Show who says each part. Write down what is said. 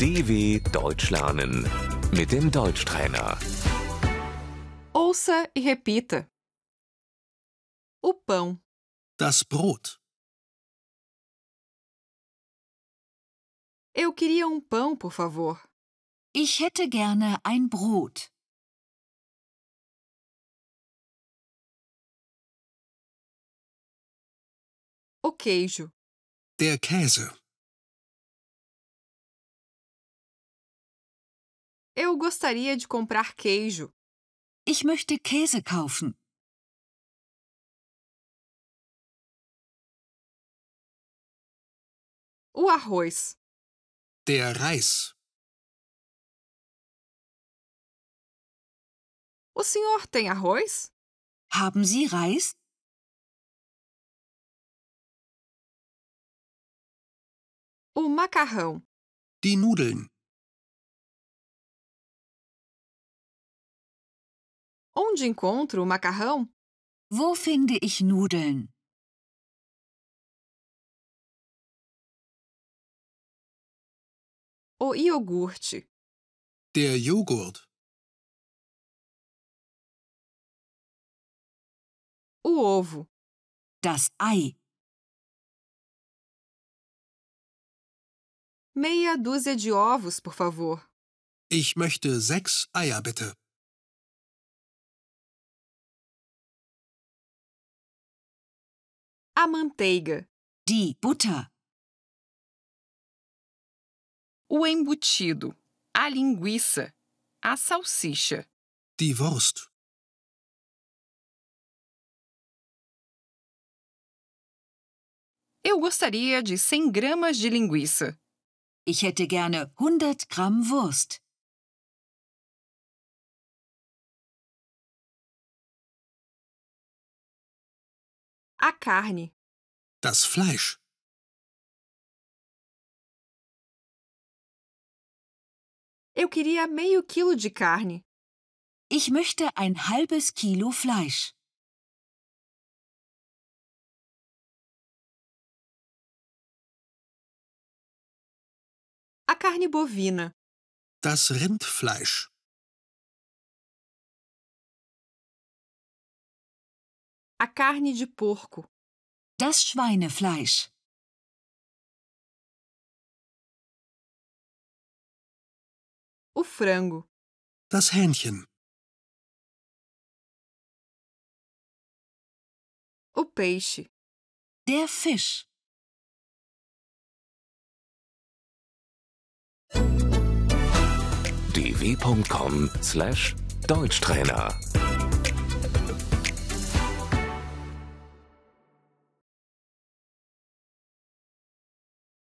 Speaker 1: DW Deutsch lernen mit dem Deutschtrainer.
Speaker 2: Ouça e repita. O pão,
Speaker 3: Das Brot.
Speaker 2: eu queria um pão, por favor.
Speaker 4: Ich hätte gerne ein Brot.
Speaker 2: O queijo,
Speaker 3: Der Käse.
Speaker 2: eu gostaria de comprar queijo.
Speaker 4: Ich möchte Käse kaufen.
Speaker 2: O arroz,
Speaker 3: Der Reis.
Speaker 2: o senhor tem arroz?
Speaker 4: Haben Sie Reis?
Speaker 2: O macarrão,
Speaker 3: Die Nudeln.
Speaker 2: onde encontro o macarrão?
Speaker 4: Wo finde ich Nudeln?
Speaker 2: O iogurte,
Speaker 3: Der Joghurt.
Speaker 2: o ovo,
Speaker 4: Das Ei.
Speaker 2: meia dúzia de ovos, por favor.
Speaker 3: Ich möchte sechs Eier bitte.
Speaker 2: A manteiga,
Speaker 4: Die Butter.
Speaker 2: o embutido, a linguiça, a salsicha,
Speaker 3: Die Wurst.
Speaker 2: Eu gostaria de 100 gramas de linguiça.
Speaker 4: Ich hätte gerne 100 Gramm Wurst.
Speaker 2: A carne,
Speaker 3: Das Fleisch.
Speaker 2: eu queria meio quilo de carne.
Speaker 4: Ich möchte ein halbes Kilo Fleisch.
Speaker 2: A carne bovina,
Speaker 3: Das Rindfleisch.
Speaker 2: a carne de porco,
Speaker 4: Das Schweinefleisch.
Speaker 2: o frango,
Speaker 3: Das Hähnchen.
Speaker 2: o peixe,
Speaker 4: Der Fisch.
Speaker 1: dw.com/deutschtrainer